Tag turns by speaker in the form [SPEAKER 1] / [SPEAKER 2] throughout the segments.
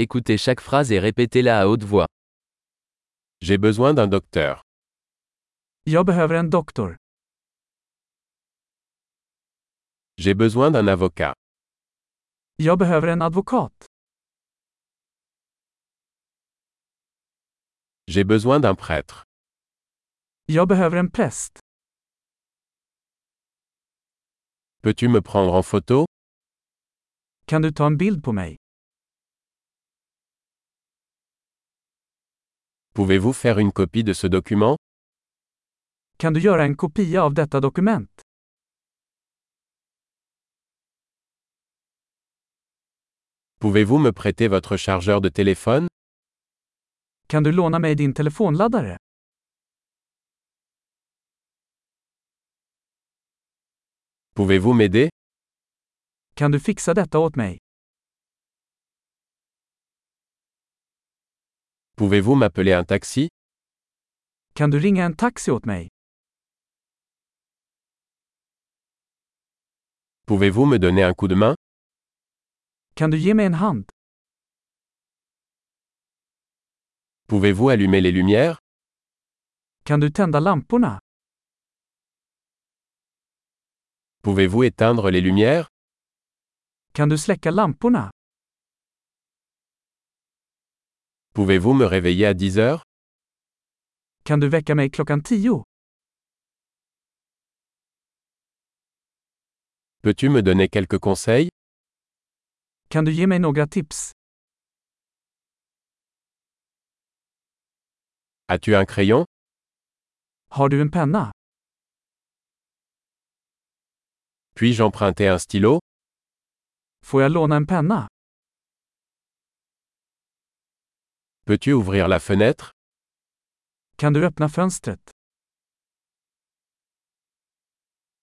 [SPEAKER 1] Écoutez chaque phrase et répétez-la à haute voix.
[SPEAKER 2] J'ai besoin d'un docteur.
[SPEAKER 3] Jag behöver en doktor.
[SPEAKER 2] J'ai besoin d'un avocat.
[SPEAKER 3] Jag behöver en advokat.
[SPEAKER 2] J'ai besoin d'un prêtre.
[SPEAKER 3] Jag behöver en präst.
[SPEAKER 2] Peux-tu me prendre en photo
[SPEAKER 3] Kan du ta en bild på mig?
[SPEAKER 2] Pouvez-vous faire une copie de ce document
[SPEAKER 3] Kan du göra en kopia av detta dokument?
[SPEAKER 2] Pouvez-vous me prêter votre chargeur de téléphone
[SPEAKER 3] Kan du låna mig din telefonladdare?
[SPEAKER 2] Pouvez-vous m'aider
[SPEAKER 3] Kan du fixa detta åt mig?
[SPEAKER 2] Pouvez-vous m'appeler un taxi
[SPEAKER 3] Kan du ringa en taxi åt mig?
[SPEAKER 2] Pouvez-vous me donner un coup de main
[SPEAKER 3] Kan du ge mig en hand?
[SPEAKER 2] Pouvez-vous allumer les lumières
[SPEAKER 3] Kan du tända lamporna?
[SPEAKER 2] Pouvez-vous éteindre les lumières
[SPEAKER 3] Kan du släcka lamporna?
[SPEAKER 2] Pouvez-vous me réveiller à 10 heures
[SPEAKER 3] Kan du väcka mig klockan tio?
[SPEAKER 2] Peux-tu me donner quelques conseils
[SPEAKER 3] Kan du ge mig några tips?
[SPEAKER 2] As-tu un crayon
[SPEAKER 3] Har du en penna?
[SPEAKER 2] Puis-je emprunter un stylo
[SPEAKER 3] Får jag låna en penna?
[SPEAKER 2] Peux-tu ouvrir la fenêtre
[SPEAKER 3] Kan du öppna fönstret?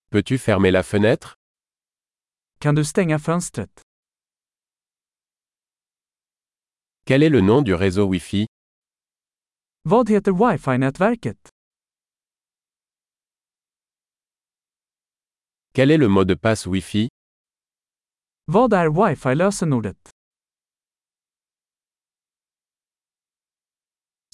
[SPEAKER 2] Peux-tu fermer la fenêtre
[SPEAKER 3] Kan du stänga fönstret?
[SPEAKER 2] Quel est le nom du réseau Wi-Fi
[SPEAKER 3] Vad heter wifi-nätverket?
[SPEAKER 2] Quel est le mot de passe Wi-Fi
[SPEAKER 3] Vad är wifi-lösenordet?